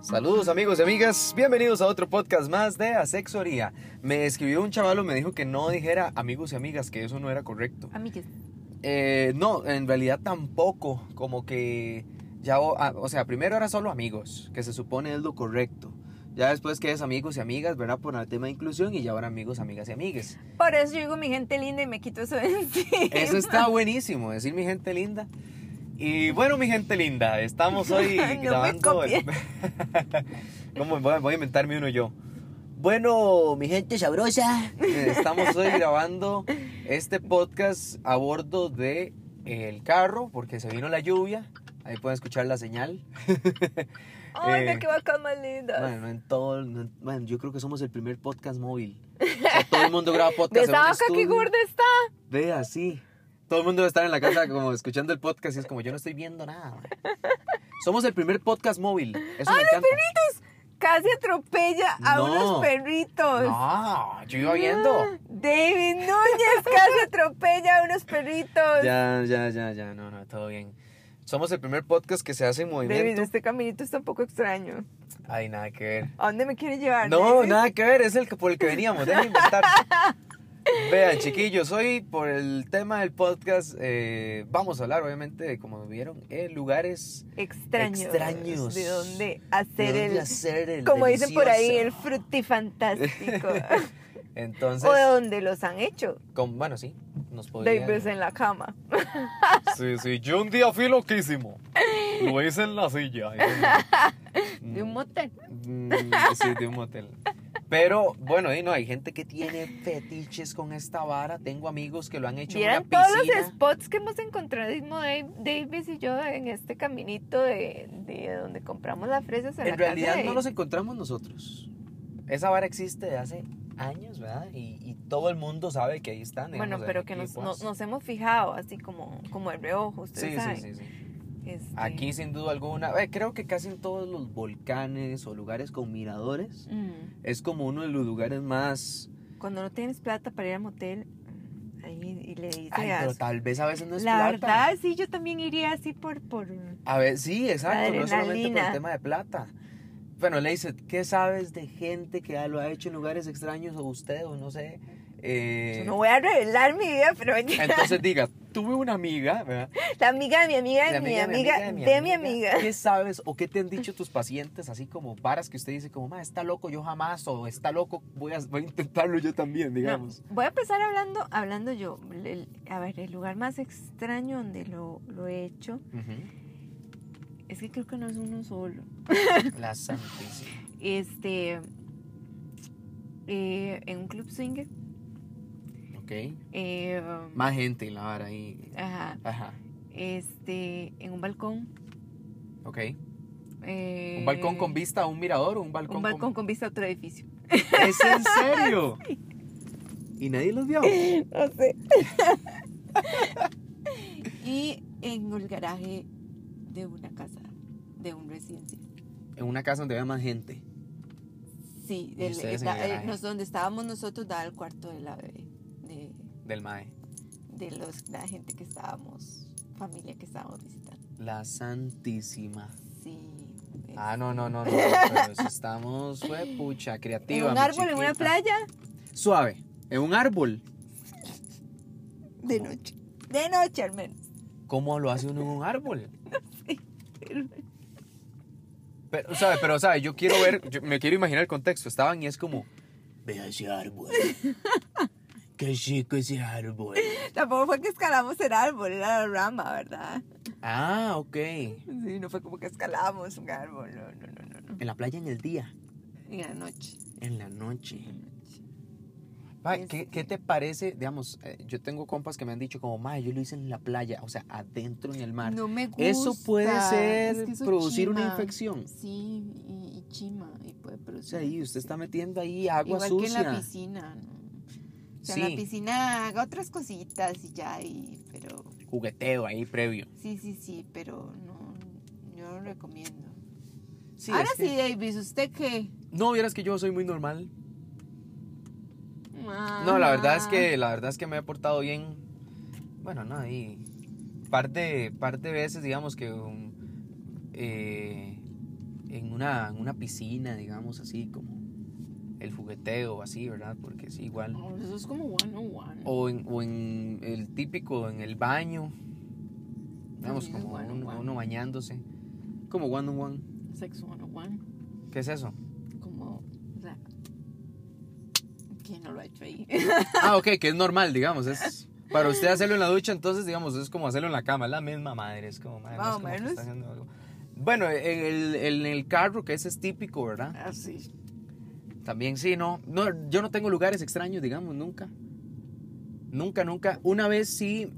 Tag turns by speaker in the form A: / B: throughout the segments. A: Saludos amigos y amigas, bienvenidos a otro podcast más de Asexoría. Me escribió un chavalo, me dijo que no dijera amigos y amigas, que eso no era correcto.
B: Amigues.
A: Eh, no, en realidad tampoco, como que ya, o ah, o sea, primero era solo amigos, que se supone es lo correcto. Ya después que es amigos y amigas, ¿verdad? Por el tema de inclusión y ya ahora amigos, amigas y amigues.
B: Por eso yo digo mi gente linda y me quito eso de encima.
A: Eso está buenísimo, decir mi gente linda. Y bueno, mi gente linda, estamos hoy
B: No me
A: grabando. el- ¿Cómo voy, a- voy a inventarme uno yo? Bueno, mi gente sabrosa, eh, estamos hoy grabando este podcast a bordo de el carro porque se vino la lluvia. Ahí pueden escuchar la señal.
B: Ay,
A: Eh,
B: no, qué vacas más lindas.
A: Bueno, en todo, no en- bueno, yo creo que somos el primer podcast móvil. O sea, todo el mundo graba podcast.
B: ¿Ves
A: en un
B: esa vaca qué
A: estudio.
B: gorda está?
A: Ve así. Todo el mundo va a estar en la casa como escuchando el podcast y es como yo no estoy viendo nada. man. Somos el primer podcast móvil. Eso me
B: ¡Ay, los
A: encanta.
B: perritos! Casi atropella a
A: No.
B: unos perritos. Ah,
A: No, yo iba viendo.
B: David Núñez casi atropella a unos perritos.
A: Ya, ya, ya, ya. No, no, todo bien. Somos el primer podcast que se hace en
B: David,
A: movimiento.
B: este caminito está un poco extraño.
A: Ay, nada que ver.
B: ¿A dónde me quiere llevar?
A: No,
B: Ah, David?
A: nada que ver. Es el que, por el que veníamos. Dejen inventar. Vean, chiquillos, hoy por el tema del podcast eh, vamos a hablar, obviamente, de como vieron, eh, lugares
B: Extraños.
A: Extraños.
B: De dónde hacer
A: de dónde
B: el.
A: hacer el
B: como dicen por ahí, el
A: delicioso.
B: frutifantástico.
A: Entonces,
B: o de dónde los han hecho.
A: con- bueno, sí, nos
B: David
A: podrían...
B: pues, en la cama.
A: Sí, sí, yo un día fui loquísimo. Lo hice en la silla.
B: De un motel.
A: Mm, Sí, de un motel. Pero bueno, y no, hay gente que tiene fetiches con esta vara. Tengo amigos que lo han hecho en una
B: Vieran todos los
A: piscina.
B: spots que hemos encontrado mismo Dave- Davis y yo en este caminito de, de donde compramos las fresas en,
A: En
B: la
A: realidad
B: casa de-
A: no los encontramos nosotros. Esa vara existe de hace años, ¿verdad? Y, y todo el mundo sabe que ahí están.
B: Bueno,
A: digamos,
B: pero
A: aquí,
B: que nos,
A: pues.
B: nos- nos hemos fijado así como, como el reojo, ustedes
A: Sí,
B: saben.
A: sí, sí, sí.
B: Este,
A: Aquí sin duda alguna, eh, creo que casi en todos los volcanes o lugares con miradores
B: mm,
A: es como uno de los lugares más
B: cuando no tienes plata para ir al motel, mm, ahí y le dices...
A: Ay,
B: a
A: pero
B: su-
A: tal vez a veces no es plata.
B: la
A: Eh.
B: verdad, sí, yo también iría así por... por
A: A ver, sí, exacto, no solamente por el
B: adrenalina.
A: tema de plata. Bueno, le dice, ¿qué sabes de gente que ya lo ha hecho en lugares extraños o usted o no sé? Eh,
B: yo no voy a revelar mi vida, pero
A: entonces diga, tuve una amiga, ¿verdad?
B: la amiga de mi amiga
A: Mi
B: de mi
A: amiga,
B: amiga
A: mi
B: de mi amiga.
A: ¿Qué sabes o qué te han dicho tus pacientes? Así como varas que usted dice como, ma, está loco, yo jamás, o está loco, voy a, voy a intentarlo yo también,
B: No,
A: digamos.
B: voy a empezar hablando, hablando yo. El- a ver, el lugar más extraño donde lo, lo he hecho
A: Ujú.
B: es que creo que no es uno solo.
A: La santísima.
B: Este, eh, en un club swinger.
A: Ok.
B: eh,
A: Más gente en la vara ahí.
B: ajá,
A: Ajá.
B: este, en un balcón.
A: Ok.
B: eh,
A: ¿Un balcón con vista a un mirador o un balcón,
B: Un balcón con vista a otro edificio.
A: con... ¿Es en serio? ¿Y nadie los vio?
B: No sé. y en el garaje de una casa, de un residencia.
A: En una casa donde había más gente.
B: Sí,
A: Y
B: el-
A: ustedes
B: el-
A: en el
B: el-
A: garaje.
B: nos- donde estábamos nosotros daba el cuarto de la bebé, de,
A: Del MAE.
B: de los, la gente que estábamos, familia que estábamos visitando.
A: La santísima.
B: Sí. es-
A: Ah, no, no, no, no. pero si estamos, fue pucha,
B: en
A: creativa.
B: un
A: mi
B: árbol, en una
A: chiquita.
B: playa,
A: Suave. En un árbol.
B: de
A: ¿Cómo?
B: noche. De noche al menos.
A: ¿Cómo lo hace uno en un árbol? Pero, ¿sabe? Pero, ¿sabe? Yo quiero ver, yo me quiero imaginar el contexto. Estaban y es como, vea ese árbol. Qué chico ese árbol.
B: Tampoco fue que escalamos el árbol, era la rama, ¿verdad?
A: Ah, ok. En
B: Sí, no fue como que escalamos un árbol, no, no, no, no. no.
A: la playa en el día,
B: En la noche.
A: en la noche.
B: en la noche.
A: Ma, ¿qué, qué te parece? Digamos, eh, yo tengo compas que me han dicho como, ma, yo lo hice en la playa, o sea, adentro en el mar.
B: No me gusta.
A: Eso puede ser
B: es que eso
A: producir una
B: chima.
A: infección.
B: Sí, y, y chima, y puede
A: O
B: producir.
A: sea, ahí usted está metiendo ahí agua
B: Igual
A: sucia.
B: que en la piscina, ¿no? O sea, en
A: Sí.
B: la piscina haga otras cositas y ya, y, pero
A: Jugueteo ahí previo.
B: sí, sí, sí, pero no, yo no recomiendo.
A: Sí,
B: Ahora
A: es que-
B: sí, Davis, ¿usted qué?
A: No, vieras que yo soy muy normal. No, la verdad es que la verdad es que me he portado bien. Bueno, no, y parte, parte de veces, digamos que um, eh, en una, en una piscina, digamos así, como el jugueteo, así, ¿verdad? Porque es igual.
C: Oh, eso es como one on one.
A: O en, o en el típico, en el baño, digamos,
C: También es
A: como
C: one on
A: uno,
C: one.
A: uno bañándose, como one on one.
C: Sexo one on one.
A: ¿Qué es eso?
C: Como, o sea, ¿quién no lo ha hecho ahí?
A: Ah, ok, que es normal, digamos, es... Para usted hacerlo en la ducha, entonces, digamos, es como hacerlo en la cama, es la misma madre, es como, madre, no
C: Más
A: es
C: o
A: como que
C: menos.
A: está haciendo algo. Bueno, en el, en el carro, que ese es típico, ¿verdad?
C: Así.
A: También sí, no, no. Yo no tengo lugares extraños, digamos, nunca. Nunca, nunca. Una vez sí,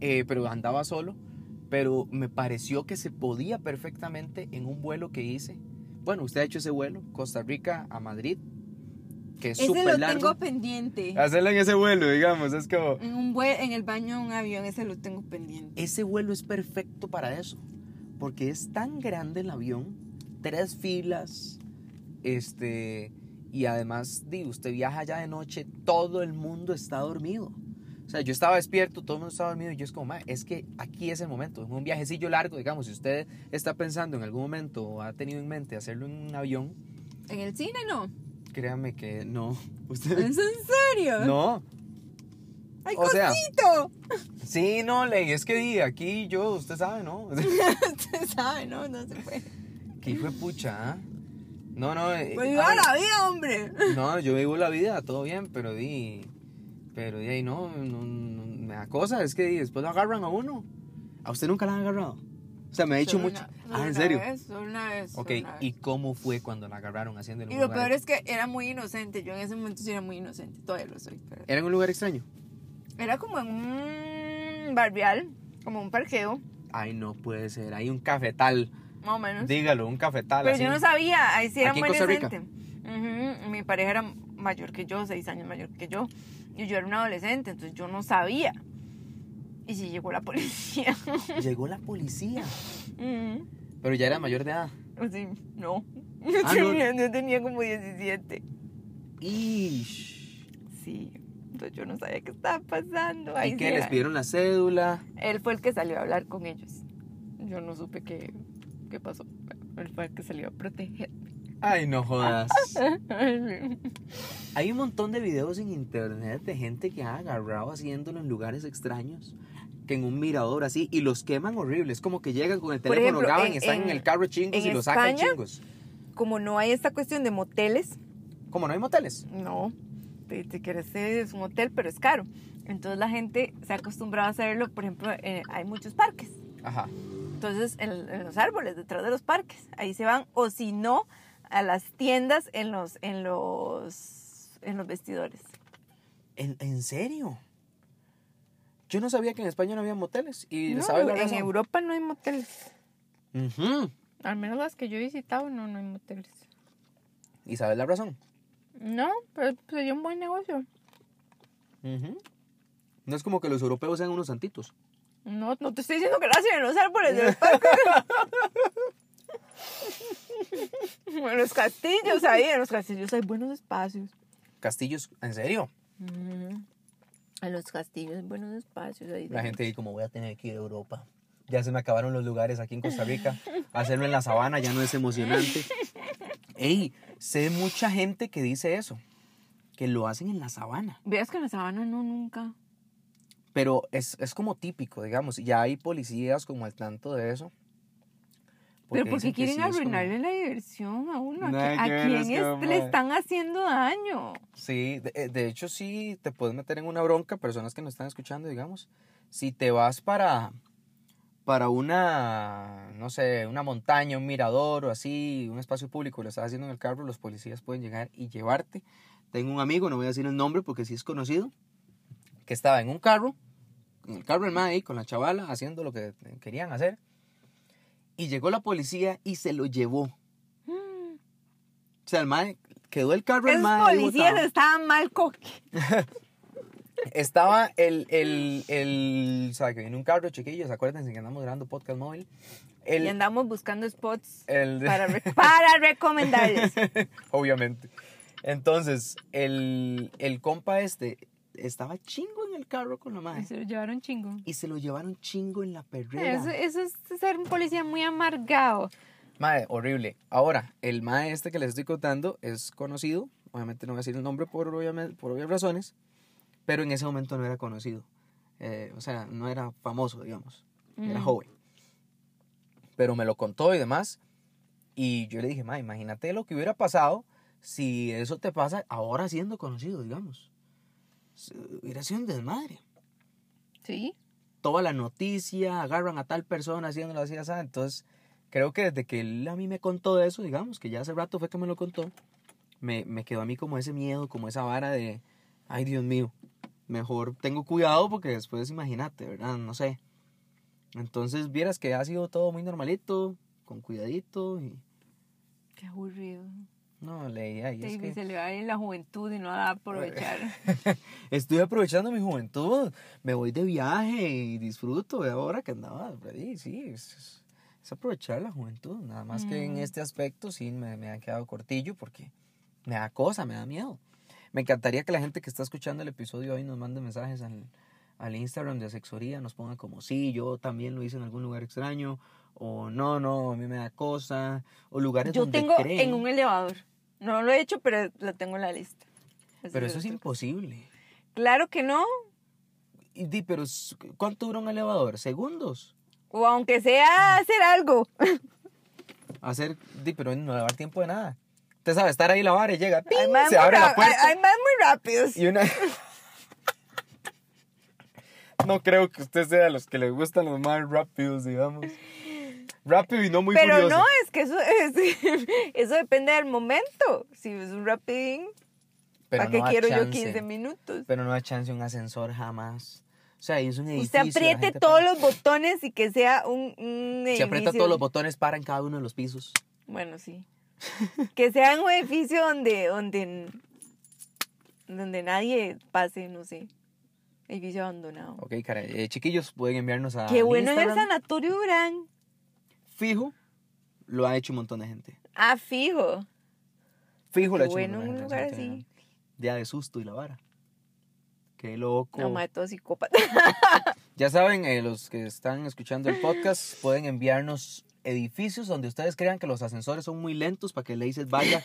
A: eh, pero andaba solo. Pero me pareció que se podía perfectamente en un vuelo que hice. Bueno, usted ha hecho ese vuelo, Costa Rica a Madrid, que es
C: Ese lo
A: súper largo. Ah,
C: tengo pendiente.
A: Hacerlo en ese vuelo, digamos, es como...
C: En, un bue- en el baño de un avión, ese lo tengo pendiente.
A: Ese vuelo es perfecto para eso, porque es tan grande el avión, tres filas, este, y además, di, usted viaja ya de noche, todo el mundo está dormido. O sea, yo estaba despierto, todo el mundo estaba dormido, y yo es como, "Ma, es que aquí es el momento, es un viajecillo largo, digamos, si usted está pensando en algún momento o ha tenido en mente hacerlo en un avión,
C: ¿En el cine no?
A: créame que no, usted...
C: ¿Es en serio?
A: No,
C: ¡Ay,
A: o sea-
C: cosito!
A: sí, no, Ley, es que di, aquí yo, usted sabe, ¿no?
C: Usted sabe, ¿no? No se puede.
A: Que hijo de pucha, ¿ah? No, no. eh,
C: Pues
A: a
C: viva
A: ver,
C: la vida, hombre.
A: No, yo vivo la vida, todo bien, pero di. Pero di ahí no, no, no, me da cosa, es que di, después lo agarran a uno. ¿A usted nunca la han agarrado? O sea, me ha dicho
C: Solo
A: mucho.
C: una- solo
A: ah, ¿en
C: una
A: serio?
C: vez, solo una vez. solo
A: Ok,
C: una
A: ¿y
C: vez.
A: cómo fue cuando la agarraron haciendo el
C: Y lo peor es que era muy inocente. Yo en ese momento sí era muy inocente. Todavía lo soy. pero-
A: ¿Era en un lugar extraño?
B: Era como en un barrial, como un parqueo,
A: Ay, no puede ser, hay un cafetal.
B: más o
C: Ah,
B: menos.
A: Dígalo, un cafetal.
B: Pero
A: así.
B: yo no sabía, ahí sí era
A: Aquí en
B: muy
A: Costa Rica.
B: inocente. Ujú, Mi pareja era mayor que yo, seis años mayor que yo. Y yo era una adolescente, entonces yo no sabía. Y si llegó la policía.
A: Llegó la policía.
B: Ujú.
A: Pero ya era mayor de edad.
B: Sí, no.
A: Ah,
B: yo, tenía, yo tenía como 17.
A: Ish.
B: Sí. Entonces yo no sabía qué estaba pasando. Ahí
A: ¿Y
B: sí
A: qué?
B: era-
A: ¿Les pidieron la cédula?
B: Él fue el que salió a hablar con ellos. Yo no supe qué, qué pasó. Él fue el que salió a proteger.
A: Ay, no jodas. Hay un montón de videos en internet de gente que ha agarrado haciéndolo en lugares extraños, que en un mirador así, y los queman horribles. Como que llegan con el
B: Por
A: teléfono,
B: ejemplo,
A: graban
B: en-
A: y están en,
B: en-
A: el carro chingos
B: en
A: y lo sacan
B: España-
A: chingos.
B: Como no hay esta cuestión de moteles,
A: Como no hay moteles.
B: no. Te, te quieres eh, es un hotel, pero es caro. Entonces la gente se ha acostumbrado a hacerlo. Por ejemplo, eh, hay muchos parques.
A: Ajá.
B: Entonces en, en los árboles, detrás de los parques. Ahí se van. O si no, a las tiendas en los, en los, en los vestidores.
A: ¿En, en serio? Yo no sabía que en España no había moteles. ¿Y
B: No,
A: sabes la
B: en
A: razón?
B: Europa no hay moteles.
A: Ujú.
B: Al menos las que yo he visitado, no, no hay moteles.
A: ¿Y sabes la razón?
B: No, pero sería un buen negocio.
A: Ujú. No es como que los europeos sean unos santitos.
B: No, no te estoy diciendo que lo hacen en los árboles del parque. O en los castillos ahí, en los castillos hay buenos espacios.
A: Castillos, ¿en serio?
B: Mm. En los castillos hay buenos espacios ahí.
A: La gente ahí como voy a tener que ir a Europa. Ya se me acabaron los lugares aquí en Costa Rica. Hacerlo en la sabana ya no es emocionante. Ey, sé mucha gente que dice eso. Que lo hacen en la sabana.
B: Veas que en la sabana no, nunca.
A: Pero es, es como típico, digamos. Ya hay policías como al tanto de eso.
B: pero porque
A: dicen que
B: quieren
A: sí es como-
B: arruinarle la diversión a uno. ¿A,
A: Nada
B: qui- a
A: que ver,
B: quién
A: es que,
B: es-
A: mae.
B: este le están haciendo daño?
A: Sí, de, eh, de hecho sí te puedes meter en una bronca, personas que nos están escuchando, digamos. Si te vas para, para una, no sé, una montaña, un mirador o así, un espacio público, y lo estás haciendo en el carro, los policías pueden llegar y llevarte. Tengo un amigo, no voy a decir el nombre porque sí es conocido, que estaba en un carro, en el carro del mae ahí con la chavala, haciendo lo que querían hacer. Y llegó la policía y se lo llevó. O
B: Mm.
A: sea, el mae quedó el carro del
B: Esos
A: mae ahí botado.
B: policías estaban mal coque.
A: Estaba el, el, el, sabe que viene un carro, chiquillos, acuérdense que andamos grabando podcast móvil.
B: Y
A: El,
B: andamos buscando spots
A: el,
B: para, re- para recomendarles.
A: obviamente. Entonces, el, el compa este estaba chingo en el carro con la
B: Y
A: madre
B: se lo llevaron chingo.
A: y se lo llevaron chingo en la perrera.
B: Eso, eso es ser un policía muy amargado.
A: Mae, horrible. Ahora, el mae este que les estoy contando es conocido. Obviamente no voy a decir el nombre por, obviamente, por obvias razones. Pero en ese momento no era conocido. Eh, o sea, no era famoso, digamos. Era
B: Mm.
A: joven. Pero me lo contó y demás. Y yo le dije, mae, imagínate lo que hubiera pasado si eso te pasa ahora siendo conocido, digamos. Se- Hubiera sido un desmadre
B: Sí.
A: toda la noticia, agarran a tal persona haciéndolo así, así. Entonces, creo que desde que él a mí me contó eso, digamos, que ya hace rato fue que me lo contó, me, me quedó a mí como ese miedo, como esa vara de, ay Dios mío, mejor tengo cuidado porque después imagínate, ¿verdad? No sé. Entonces, vieras que ha sido todo muy normalito, con cuidadito y...
B: Qué aburrido.
A: No, leía y es
B: David
A: que
B: se le va a ir la juventud y no la va a aprovechar.
A: estoy aprovechando mi juventud, me voy de viaje y disfruto de ahora que andaba por ahí, sí, es, es- es aprovechar la juventud, nada más que en
B: Mm.
A: este aspecto sí me, me ha quedado cortillo porque me da cosa, me da miedo. Me encantaría que la gente que está escuchando el episodio hoy nos mande mensajes al, al Instagram de Asexoría, nos ponga como sí, yo también lo hice en algún lugar extraño, o no, no, a mí me da cosa, o lugares
B: Yo
A: donde
B: tengo
A: creen,
B: en un elevador. No lo he hecho, pero la tengo en la lista. Así
A: pero eso
B: que
A: es
B: lo tengo.
A: imposible.
B: Claro que no.
A: Y di, pero s- ¿cuánto dura un elevador? ¿Segundos?
B: O aunque sea hacer algo.
A: hacer, di, pero no le va a dar tiempo de nada. Usted sabe, estar ahí la vara y llega, ¡ping!
B: Hay más
A: se
B: muy
A: abre
B: ra-
A: la puerta
B: hay- hay más muy rápidos.
A: y una... no creo que usted sea de los que le gustan los más rápidos, digamos. Rápido y no muy
B: Pero
A: furioso.
B: no, es que eso, es- eso depende del momento. Si es un rapidín,
A: pero
B: ¿para qué
A: no da
B: quiero yo
A: chance.
B: 15 minutos?
A: Pero no da chance un ascensor jamás. O sea, ahí es un edificio.
B: Usted
A: la
B: apriete
A: gente
B: todos
A: para-
B: los botones y que sea un, un
A: Si aprieta
B: edificio-
A: todos los botones, para en cada uno de los pisos.
B: Bueno, sí. que sea un edificio donde, donde, donde nadie pase, no sé. Edificio abandonado.
A: Ok, cara, eh, chiquillos, pueden enviarnos a
B: Qué bueno en el
A: Instagram.
B: sanatorio Gran.
A: Fijo, lo ha hecho un montón de gente.
B: Ah, fijo.
A: Fijo, lo ha
B: Qué
A: hecho
B: bueno
A: montón
B: en
A: de
B: un
A: gente,
B: lugar
A: en Santiago.
B: así.
A: Día de susto y la vara. Qué loco.
B: No, madre, todo psicópata.
A: ya saben, eh, los que están escuchando el podcast pueden enviarnos edificios donde ustedes crean que los ascensores son muy lentos para que el dices vaya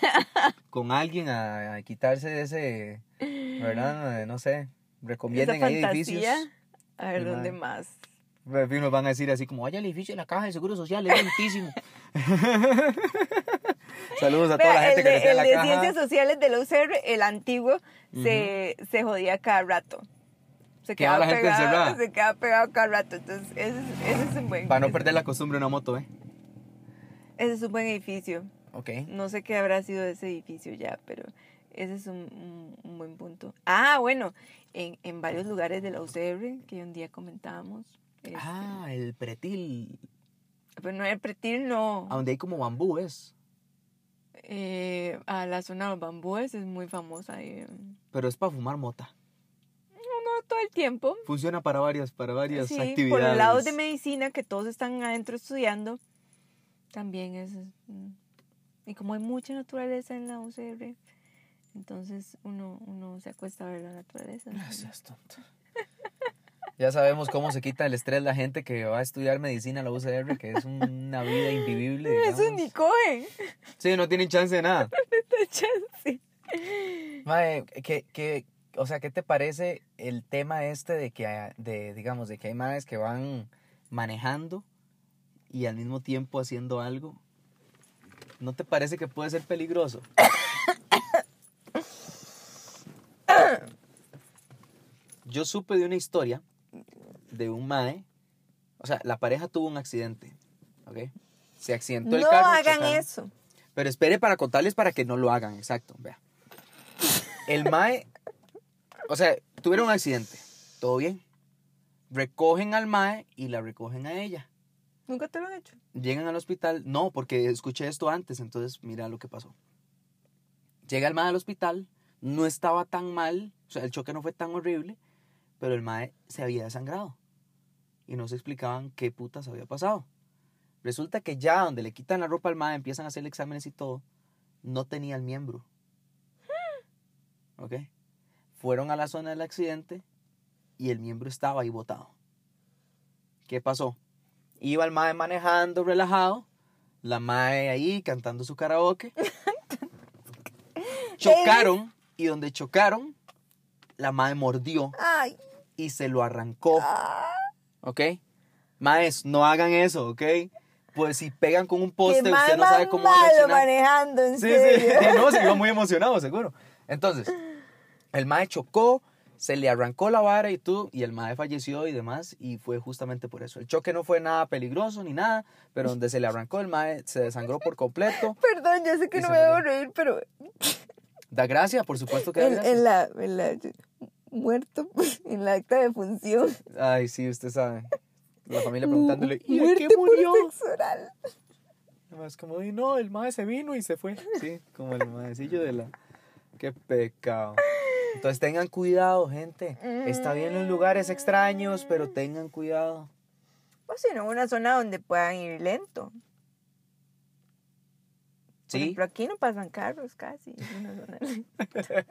A: con alguien a, a quitarse de ese, ¿verdad? Eh, No sé,
B: Esa
A: recomienden ahí edificios.
B: fantasía. A ver,
A: Mi
B: ¿dónde
A: madre.
B: más?
A: En fin, nos van a decir así como, vaya al edificio de la caja de Seguro Social, es lentísimo. Saludos a toda la
B: Vea,
A: gente que
B: el de,
A: les queda
B: el
A: la
B: de
A: caja.
B: Ciencias Sociales de la UCR, el antiguo, se, se jodía cada rato. Se
A: Quedaba la
B: quedaba,
A: gente encerrada.
B: pegado, se quedaba pegado cada rato. Entonces, ese, es- ese es un buen
A: Para no perder la costumbre de una moto, ¿eh?
B: Ese es un buen edificio.
A: Ok.
B: No sé qué habrá sido de ese edificio ya, pero ese es un, un- un buen punto. Ah, bueno, en, en varios lugares de la UCR que un día comentábamos. este,
A: Ah, el pretil,
B: Pero no, el pretil no.
A: a donde hay como bambú, ¿es?
B: Eh, a la zona de los bambúes es muy famosa. eh.
A: Pero es para fumar mota.
B: No todo el tiempo,
A: Funciona para varias, para varias
B: Sí,
A: actividades.
B: por los lados de medicina que todos están adentro estudiando, también es... mm, Y como hay mucha naturaleza en la UCR, entonces uno, uno se acuesta a ver la naturaleza.
A: No seas tonto. Ya sabemos cómo se quita el estrés la gente que va a estudiar medicina a la UCR, que es una vida invivible.
B: Eso
A: digamos.
B: ni cogen.
A: Sí, no tienen chance de nada.
B: la chance.
A: Mae, ¿qué, qué- o sea, ¿qué te parece el tema este de que, hay- de, digamos, de que hay madres que van manejando y al mismo tiempo haciendo algo? ¿No te parece que puede ser peligroso? Yo supe de una historia de un mae, o sea, la pareja tuvo un accidente, ¿ok? Se accidentó el
B: No
A: carro.
B: hagan
A: chocaron.
B: eso.
A: Pero espere para contarles para que no lo hagan, exacto, vea. El mae, o sea, tuvieron un accidente, todo bien. Recogen al mae y la recogen a ella.
B: Nunca te lo han hecho.
A: Llegan al hospital, no, porque escuché esto antes, entonces mira lo que pasó. Llega el mae al hospital, no estaba tan mal, o sea, el choque no fue tan horrible, pero el mae se había desangrado. Y no se explicaban qué putas había pasado. Resulta que ya donde le quitan la ropa al mae, empiezan a hacer exámenes y todo, no tenía el miembro. ¿Ok? Fueron a la zona del accidente y el miembro estaba ahí botado. ¿Qué pasó? Iba el mae manejando relajado la mae ahí cantando su karaoke. chocaron y donde chocaron, la mae mordió
B: Ay,
A: y se lo arrancó.
B: ah,
A: ¿Ok? Maes, no hagan eso, ¿ok? Pues si pegan con un poste,
B: qué mae
A: usted no sabe cómo
B: más malo
A: reaccionar.
B: manejando, en
A: Sí, sí.
B: serio.
A: No, se iba muy emocionado, seguro. Entonces, el mae chocó, se le arrancó la vara y tú, y el mae falleció y demás, y fue justamente por eso. El choque no fue nada peligroso ni nada, pero donde se le arrancó el mae se desangró por completo.
B: Perdón, yo sé que
A: Y
B: no
A: se
B: me debo
A: murió.
B: reír, pero
A: Da gracia, por supuesto que da
B: en,
A: gracia.
B: en la, en la- muerto, en la acta de función.
A: Ay, sí, usted sabe. La familia preguntándole, ¿y de
B: muerte
A: qué murió?
B: por este sexo oral.
A: Es como, "Di, no, el mae se vino y se fue. Sí, como el maecillo de la... Qué pecado. Entonces tengan cuidado, gente. Está bien los lugares extraños, pero tengan cuidado.
B: O si no, Pues una zona donde puedan ir lento. Por
A: Sí.
B: ejemplo, aquí no pasan carros casi. es una zona-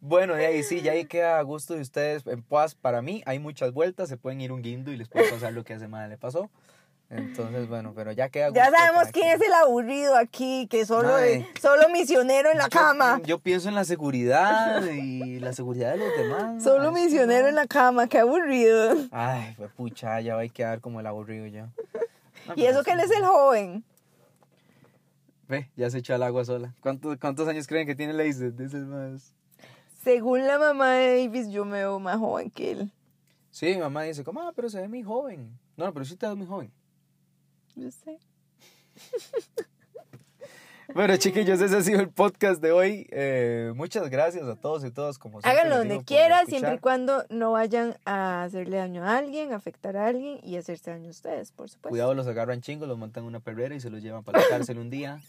A: Bueno, de ahí sí, ya ahí queda a gusto de ustedes. En paz, para mí hay muchas vueltas. Se pueden ir un guindo y les puede pasar lo que hace mae le pasó. Entonces, bueno, pero ya queda a gusto.
B: Ya
A: de
B: sabemos
A: cada
B: quién
A: quien.
B: es el aburrido aquí, que solo,
A: Mae.
B: solo misionero en la
A: Yo-
B: cama.
A: Yo pienso en la seguridad y la seguridad de los demás.
B: Solo
A: Ay, sí,
B: misionero
A: no.
B: en la cama, qué aburrido.
A: Ay, pues pucha, ya va a quedar como el aburrido ya. No,
B: Y
A: pero
B: eso que él es
A: sí.
B: el joven.
A: Ve, ya se echó al agua sola. ¿Cuántos, cuántos años creen que tiene Lace? Dice más.
B: Según la mamá de Davis, yo me veo más joven que él.
A: Sí, mi mamá dice, como, ah, pero se ve muy joven. No, no, pero sí te ves muy joven.
B: Yo sé.
A: Bueno, chiquillos, ese ha sido el podcast de hoy. Eh, muchas gracias a todos y todas, como siempre. les
B: Háganlo donde
A: digo, por
B: quieran, siempre y
A: escuchar.
B: cuando no vayan a hacerle daño a alguien, afectar a alguien y hacerse daño a ustedes, por supuesto.
A: Cuidado, los agarran chingos, los montan en una perrera y se los llevan para la cárcel un día.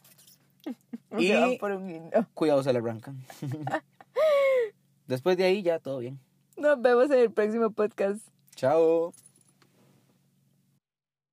B: No se van
A: y-
B: por un guindo.
A: Cuidado, se le arrancan. Después de ahí ya todo bien.
B: Nos vemos en el próximo podcast.
A: Chao.